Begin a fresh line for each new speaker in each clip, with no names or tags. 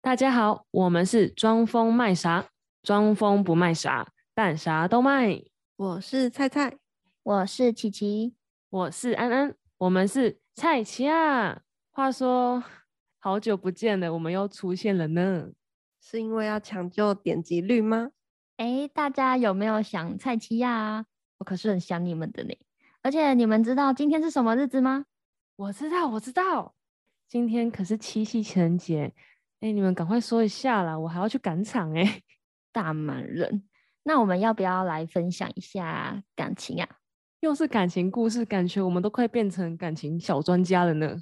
大家好，我们是装疯卖傻，装疯不卖傻，但啥都卖。
我是菜菜，
我是琪琪，
我是安安，我们是菜奇啊。话说，好久不见了，我们又出现了呢。
是因为要抢救点击率吗？
哎，大家有没有想蔡奇亚啊？我可是很想你们的呢。而且你们知道今天是什么日子吗？
我知道，我知道，今天可是七夕情人节，哎，你们赶快说一下啦，我还要去赶场哎、
大满人。那我们要不要来分享一下感情啊？
又是感情故事，感觉我们都快变成感情小专家了呢。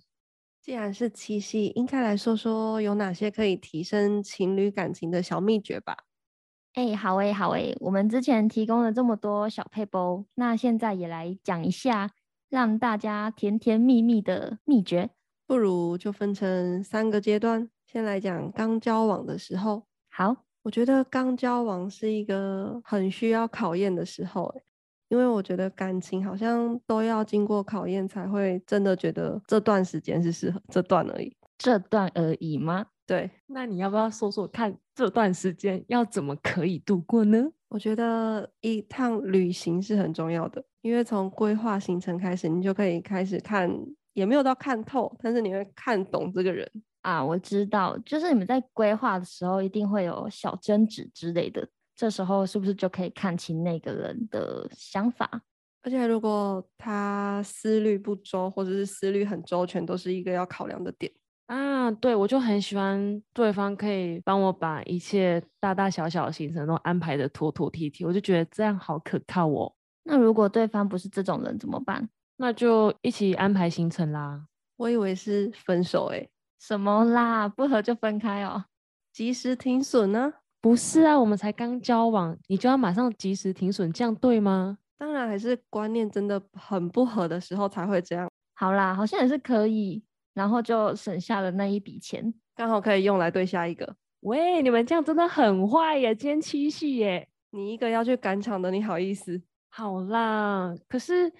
既然是七夕，应该来说说有哪些可以提升情侣感情的小秘诀吧。
哎，好哎，好哎，我们之前提供了这么多小配包，那现在也来讲一下让大家甜甜蜜蜜的秘诀。
不如就分成三个阶段，先来讲刚交往的时候。
好，
我觉得刚交往是一个很需要考验的时候欸，因为我觉得感情好像都要经过考验才会真的觉得这段时间是适合这段而已。
这段而已吗？
对，
那你要不要说说看，这段时间要怎么可以度过呢？
我觉得一趟旅行是很重要的，因为从规划行程开始，你就可以开始看，也没有到看透，但是你会看懂这个人。
啊，我知道，就是你们在规划的时候一定会有小争执之类的，这时候是不是就可以看清那个人的想法？
而且如果他思虑不周，或者是思虑很周全，都是一个要考量的点。
啊，对，我就很喜欢对方可以帮我把一切大大小小的行程都安排的妥妥帖帖，我就觉得这样好可靠哦。
那如果对方不是这种人怎么办？
那就一起安排行程啦。
我以为是分手欸诶、
什么啦，不合就分开哦。
及时停损呢、
不是啊，我们才刚交往，你就要马上及时停损，这样对吗？
当然还是观念真的很不合的时候才会这样，
好啦，好像也是可以，然后就省下了那一笔钱。
刚好可以用来对下一个。
喂，你们这样真的很坏耶！今天七夕耶，
你一个要去赶场的，你好意思？
好啦。可是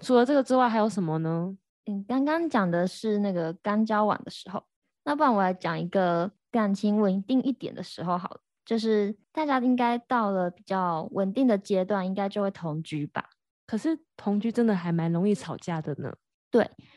除了这个之外，还有什么呢？
嗯，刚刚讲的是那个刚交往的时候，那不然我来讲一个感情稳定一点的时候好了，就是大家应该到了比较稳定的阶段，应该就会同居吧？
可是同居真的还蛮容易吵架的呢。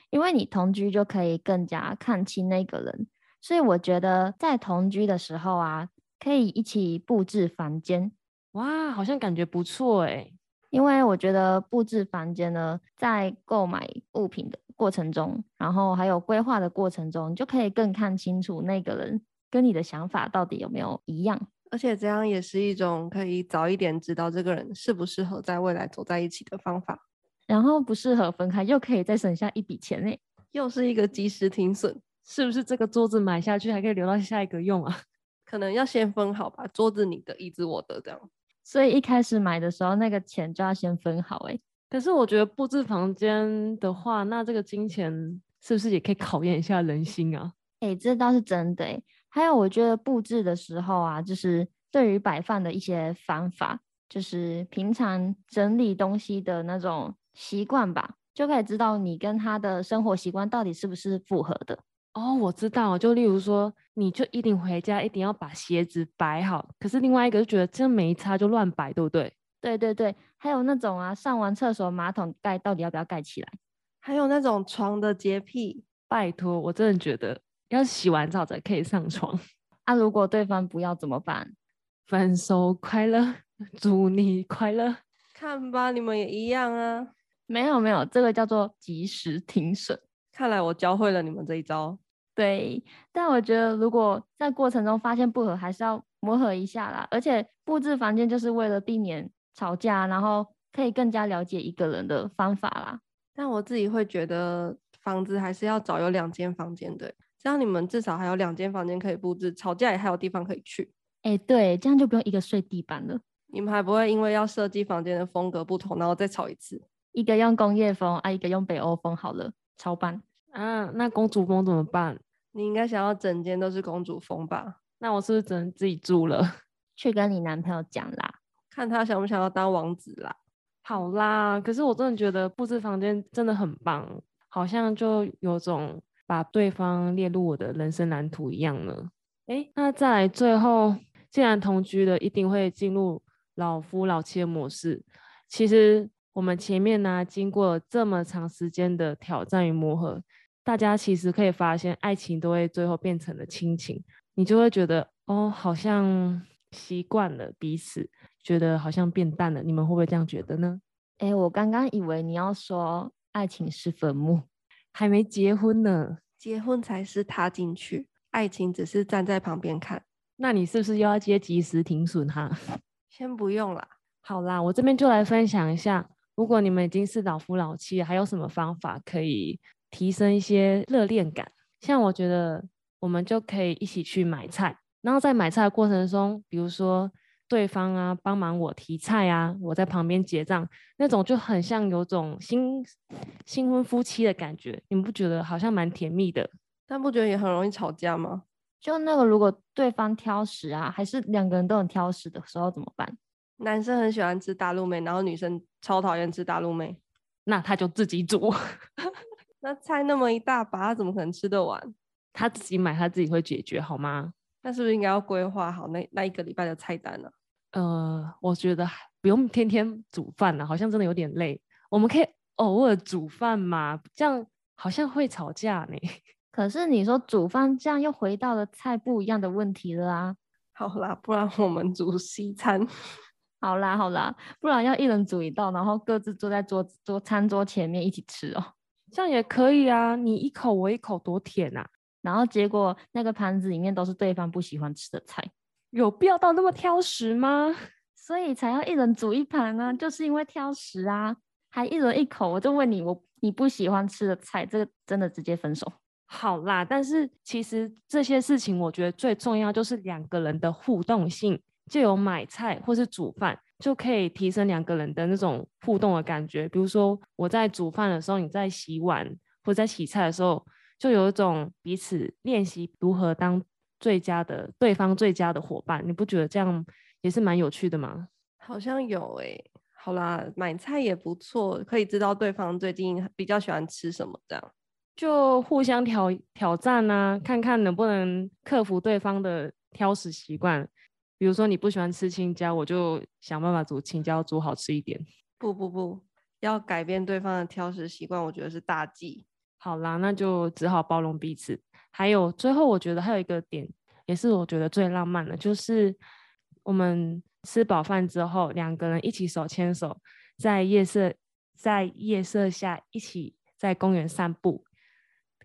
因为你同居就可以更加看清那个人，所以我觉得在同居的时候啊，可以一起布置房间，
哇，好像感觉不错哎。
因为我觉得布置房间呢，在购买物品的过程中，然后还有规划的过程中，你就可以更看清楚那个人跟你的想法到底有没有一样。
而且这样也是一种可以早一点知道这个人适不适合在未来走在一起的方法，
然后不适合分开，又可以再省下一笔钱欸呢。
又是一个及时停损，
是不是这个桌子买下去还可以留到下一个用啊？
可能要先分好吧，桌子你的，椅子我的，这样。
所以一开始买的时候，那个钱就要先分好欸诶。
可是我觉得布置房间的话，那这个金钱是不是也可以考验一下人心啊？
哎、这倒是真的哎、还有，我觉得布置的时候啊，就是对于摆放的一些方法，就是平常整理东西的那种习惯吧，就可以知道你跟他的生活习惯到底是不是符合的。
哦，我知道，就例如说，你就一定回家一定要把鞋子摆好，可是另外一个就觉得这没差就乱摆，对不对？
对对对，还有那种啊，上完厕所马桶盖到底要不要盖起来？
还有那种床的洁癖，
拜托，我真的觉得要洗完澡才可以上床。
啊，如果对方不要怎么办？
分手快乐， 祝你快乐。
看吧，你们也一样啊。
没有没有，这个叫做及时停损。
看来我教会了你们这一招。
对，但我觉得如果在过程中发现不合，还是要磨合一下啦。而且布置房间就是为了避免吵架，然后可以更加了解一个人的方法啦。
但我自己会觉得房子还是要找有两间房间的，这样你们至少还有两间房间可以布置，吵架也还有地方可以去。
哎，对，这样就不用一个睡地板了，
你们还不会因为要设计房间的风格不同，然后再吵一次。
一个用工业风啊，一个用北欧风，好了，超棒。
啊，那公主风怎么办？
你应该想要整间都是公主风吧？
那我是不是只能自己住了？
去跟你男朋友讲啦，
看他想不想要当王子啦。
好啦，可是我真的觉得布置房间真的很棒，好像就有种把对方列入我的人生蓝图一样呢。诶，那再来最后，既然同居了，一定会进入老夫老妻的模式。其实我们前面呢、经过这么长时间的挑战与磨合，大家其实可以发现，爱情都会最后变成了亲情。你就会觉得，哦，好像习惯了彼此，觉得好像变淡了。你们会不会这样觉得呢？
哎，我刚刚以为你要说爱情是坟墓，
还没结婚呢，
结婚才是踏进去，爱情只是站在旁边看。
那你是不是又要接及时停损哈？
先不用啦，
好啦，我这边就来分享一下，如果你们已经是老夫老妻了，还有什么方法可以提升一些热恋感？像我觉得我们就可以一起去买菜，然后在买菜的过程中，比如说对方啊帮忙我提菜啊，我在旁边结账，那种就很像有种新新婚夫妻的感觉，你们不觉得好像蛮甜蜜的？
但不觉得也很容易吵架吗？
就那个如果对方挑食啊，还是两个人都很挑食的时候怎么办？
男生很喜欢吃大陆妹，然后女生超讨厌吃大陆妹。
那他就自己煮，
那菜那么一大把，他怎么可能吃得完？
他自己买他自己会解决好吗？
那是不是应该要规划好那那一个礼拜的菜单呢、啊
呃，我觉得还不用天天煮饭了，好像真的有点累。我们可以偶尔煮饭嘛，这样好像会吵架呢。
可是你说煮饭这样又回到了菜不一样的问题了啊！
好啦，不然我们煮西餐。
好啦好啦，不然要一人煮一道，然后各自坐在桌子桌餐桌前面一起吃哦。
这样也可以啊，你一口我一口，多甜啊！
然后结果那个盘子里面都是对方不喜欢吃的菜，
有必要到那么挑食吗？
所以才要一人煮一盘呢、就是因为挑食啊，还一人一口。我就问你，我你不喜欢吃的菜，这个真的直接分手。
好啦，但是其实这些事情，我觉得最重要就是两个人的互动性，就有买菜或是煮饭，就可以提升两个人的那种互动的感觉。比如说我在煮饭的时候，你在洗碗或者在洗菜的时候，就有一种彼此练习如何当最佳的对方最佳的伙伴，你不觉得这样也是蛮有趣的吗？
好像有诶、好啦，买菜也不错，可以知道对方最近比较喜欢吃什么这样。
就互相挑挑战啊，看看能不能克服对方的挑食习惯。比如说你不喜欢吃青椒，我就想办法煮青椒，煮好吃一点。
不不不，要改变对方的挑食习惯，我觉得是大忌。
好啦，那就只好包容彼此。还有最后，我觉得还有一个点，也是我觉得最浪漫的，就是我们吃饱饭之后，两个人一起手牵手，在夜色在夜色下一起在公园散步，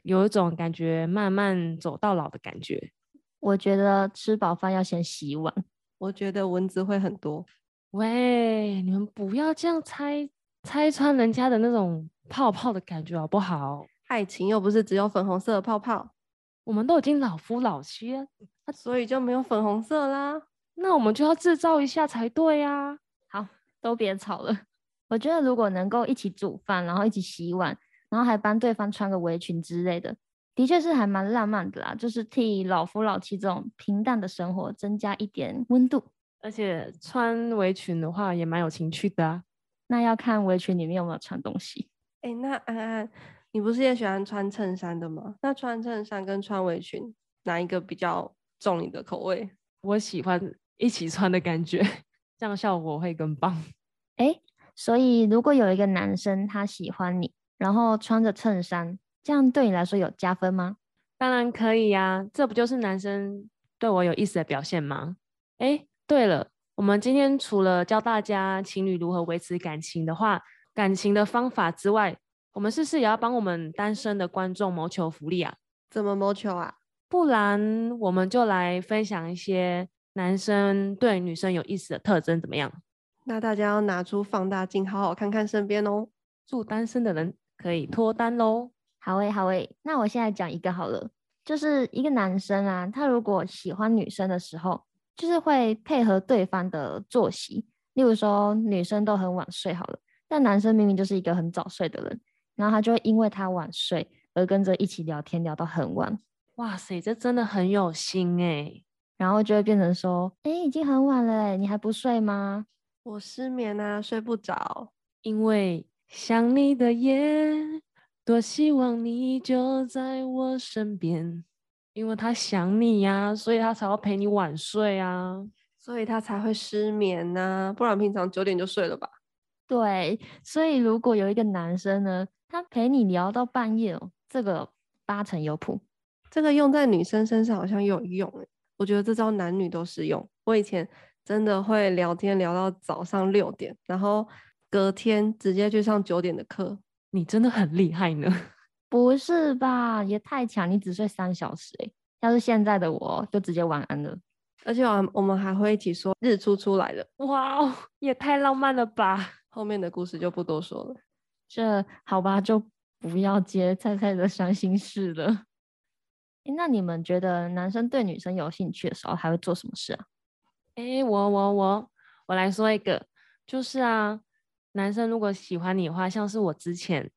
有一种感觉慢慢走到老的感觉。
我觉得吃饱饭要先洗碗，
我觉得蚊子会很多，
喂，你们不要这样拆拆穿人家的那种泡泡的感觉好不好？
爱情又不是只有粉红色的泡泡，
我们都已经老夫老妻了，
所以就没有粉红色啦。
那我们就要制造一下才对啊呀、
都别吵了。 我觉得如果能够一起煮饭，然后一起洗碗，然后还帮对方穿个围裙之类的，的确是还蛮浪漫的啦。就是替老夫老妻这种平淡的生活增加一点温度。
而且穿围裙的话也蛮有情趣的啊。
那要看围裙里面有没有穿东西。
哎、那安安，你不是也喜欢穿衬衫的吗？那穿衬衫跟穿围裙哪一个比较重你的口味？
我喜欢一起穿的感觉， 这样效果会更棒。
所以如果有一个男生他喜欢你，然后穿着衬衫，这样对你来说有加分吗？
当然可以呀、这不就是男生对我有意思的表现吗？哎，对了，我们今天除了教大家情侣如何维持感情的话，感情的方法之外，我们是不是也要帮我们单身的观众谋求福利啊？
怎么谋求啊？
不然我们就来分享一些男生对女生有意思的特征，怎么样？
那大家要拿出放大镜，好好看看身边哦。
祝单身的人可以脱单喽！
好诶，好诶，那我现在讲一个好了，就是一个男生啊，他如果喜欢女生的时候，就是会配合对方的作息，例如说女生都很晚睡好了，但男生明明就是一个很早睡的人，然后他就会因为他晚睡而跟着一起聊天，聊到很晚，
哇塞，这真的很有心哎、
然后就会变成说，诶，已经很晚了欸诶，你还不睡吗？
我失眠啊，睡不着。
因为想你的夜，多希望你就在我身边。因为他想你呀、所以他才要陪你晚睡啊。
所以他才会失眠呐、不然平常九点就睡了吧？
对，所以如果有一个男生呢，他陪你聊到半夜哦，这个八成有谱。
这个用在女生身上好像有用欸我觉得这招男女都适用。我以前真的会聊天聊到早上六点，然后隔天直接去上九点的课。
你真的很厉害呢。
不是吧？也太强，你只睡三小时诶、要是现在的我，就直接晚安了。
而且我还我们还会一起说日出出来了。
哇哦，也太浪漫了吧！
后面的故事就不多说了。
这好吧，就不要接菜菜的伤心事了。 诶那你们觉得男生对女生有兴趣的时候，还会做什么事啊？
诶，我我我我来说一个，就是啊，男生如果喜欢你的话，像是我之前，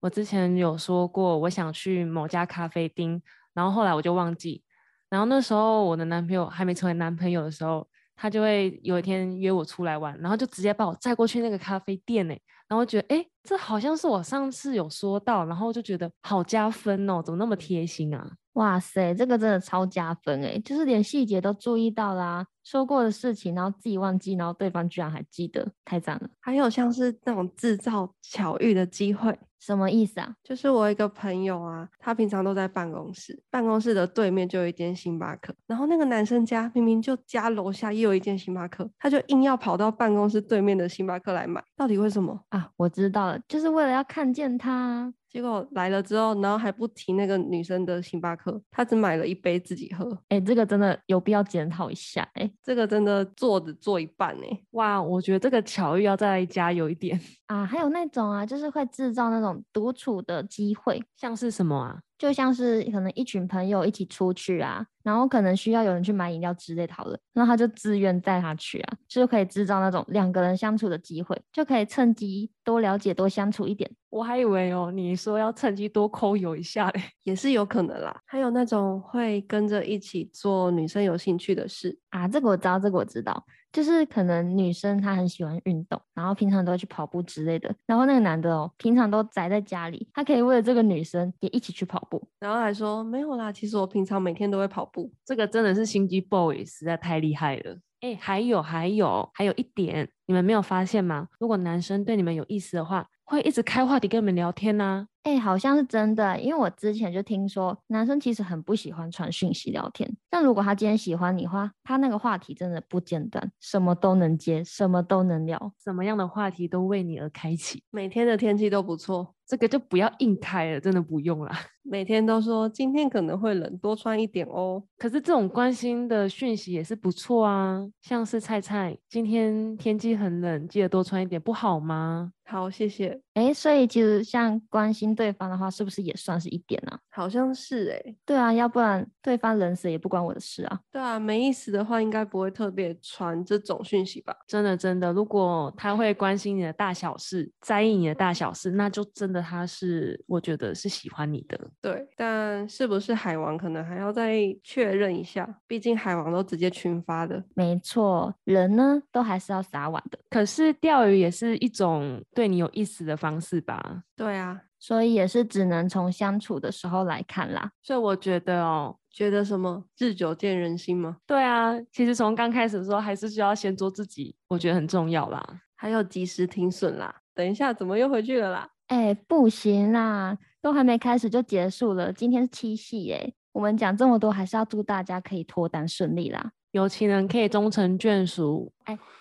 我之前有说过，我想去某家咖啡厅，然后后来我就忘记，然后那时候我的男朋友还没成为男朋友的时候，他就会有一天约我出来玩，然后就直接把我载过去那个咖啡店呢、然后觉得诶，这好像是我上次有说到，然后就觉得好加分哦，怎么那么贴心啊？
哇塞，这个真的超加分诶、就是连细节都注意到啦、说过的事情，然后自己忘记，然后对方居然还记得，太赞了！
还有像是那种制造巧遇的机会，
什么意思啊？
就是我一个朋友啊，他平常都在办公室，办公室的对面就有一间星巴克，然后那个男生家明明就家楼下也有一间星巴克，他就硬要跑到办公室对面的星巴克来买，到底为什么？
啊，我知道了，就是为了要看见他。啊
结果来了之后，然后还不提那个女生的星巴克，他只买了一杯自己喝，
诶，这个真的有必要检讨一下欸诶。
这个真的做的做一半呢、
哇，我觉得这个巧遇要再加油一点，
啊，还有那种啊，就是会制造那种独处的机会，
像是什么啊？
就像是可能一群朋友一起出去啊，然后可能需要有人去买饮料之类的，好了，那他就自愿带他去啊，就是可以制造那种两个人相处的机会，就可以趁机多了解、多相处一点。
我还以为哦，你说要趁机多抠油一下嘞。
也是有可能啦。还有那种会跟着一起做女生有兴趣的事，
啊，这个我知道，这个我知道，就是可能女生她很喜欢运动，然后平常都会去跑步之类的，然后那个男的哦，平常都宅在家里，他可以为了这个女生也一起去跑步。
然后还说没有啦，其实我平常每天都会跑步。
这个真的是心机 boy，实在太厉害了。哎，还有还有还有一点，你们没有发现吗？如果男生对你们有意思的话，会一直开话题跟你们聊天啊呐、
哎、好像是真的，因为我之前就听说，男生其实很不喜欢传讯息聊天，但如果他今天喜欢你的话，他那个话题真的不间断，什么都能接，什么都能聊。
什么样的话题都为你而开启。
每天的天气都不错，
这个就不要硬开了，真的不用啦。
每天都说今天可能会冷，多穿一点哦。
可是这种关心的讯息也是不错啊，像是菜菜，今天天气很冷，记得多穿一点，不好吗？
好，谢谢。
哎，所以其实像关心对方的话，是不是也算是一点啊？
好像是诶、
对啊，要不然对方冷死也不关我的事啊。
对啊，没意思的话，应该不会特别传这种讯息吧？
真的真的，如果他会关心你的大小事，在意你的大小事，那就真的他是我觉得是喜欢你的。
对，但是不是海王可能还要再确认一下，毕竟海王都直接群发的。
没错，人呢都还是要撒网的，
可是钓鱼也是一种对你有意思的方式吧？
对啊，
所以也是只能从相处的时候来看啦。
所以我觉得哦，
觉得什么日久见人心吗？
对啊，其实从刚开始的时候还是需要先做自己，我觉得很重要啦。
还有及时停损啦。等一下，怎么又回去了啦？
哎，不行啦，都还没开始就结束了，今天是七夕耶。我们讲这么多，还是要祝大家可以脱单顺利啦。
有情人可以终成眷属。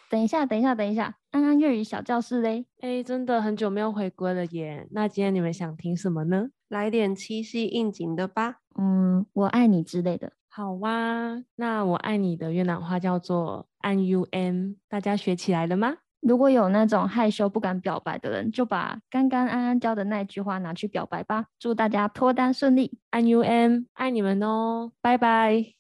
等一下，等一下，等一下，安安粤语小教室嘞。
哎，真的很久没有回归了耶。那今天你们想听什么呢？
来点七夕应景的吧。
嗯，我爱你之类的。
好哇、那我爱你的越南话叫做安 U M，大家学起来了吗？
如果有那种害羞不敢表白的人，就把刚刚安安教的那句话拿去表白吧。祝大家脱单顺利。
安 U M，爱你们哦，拜拜。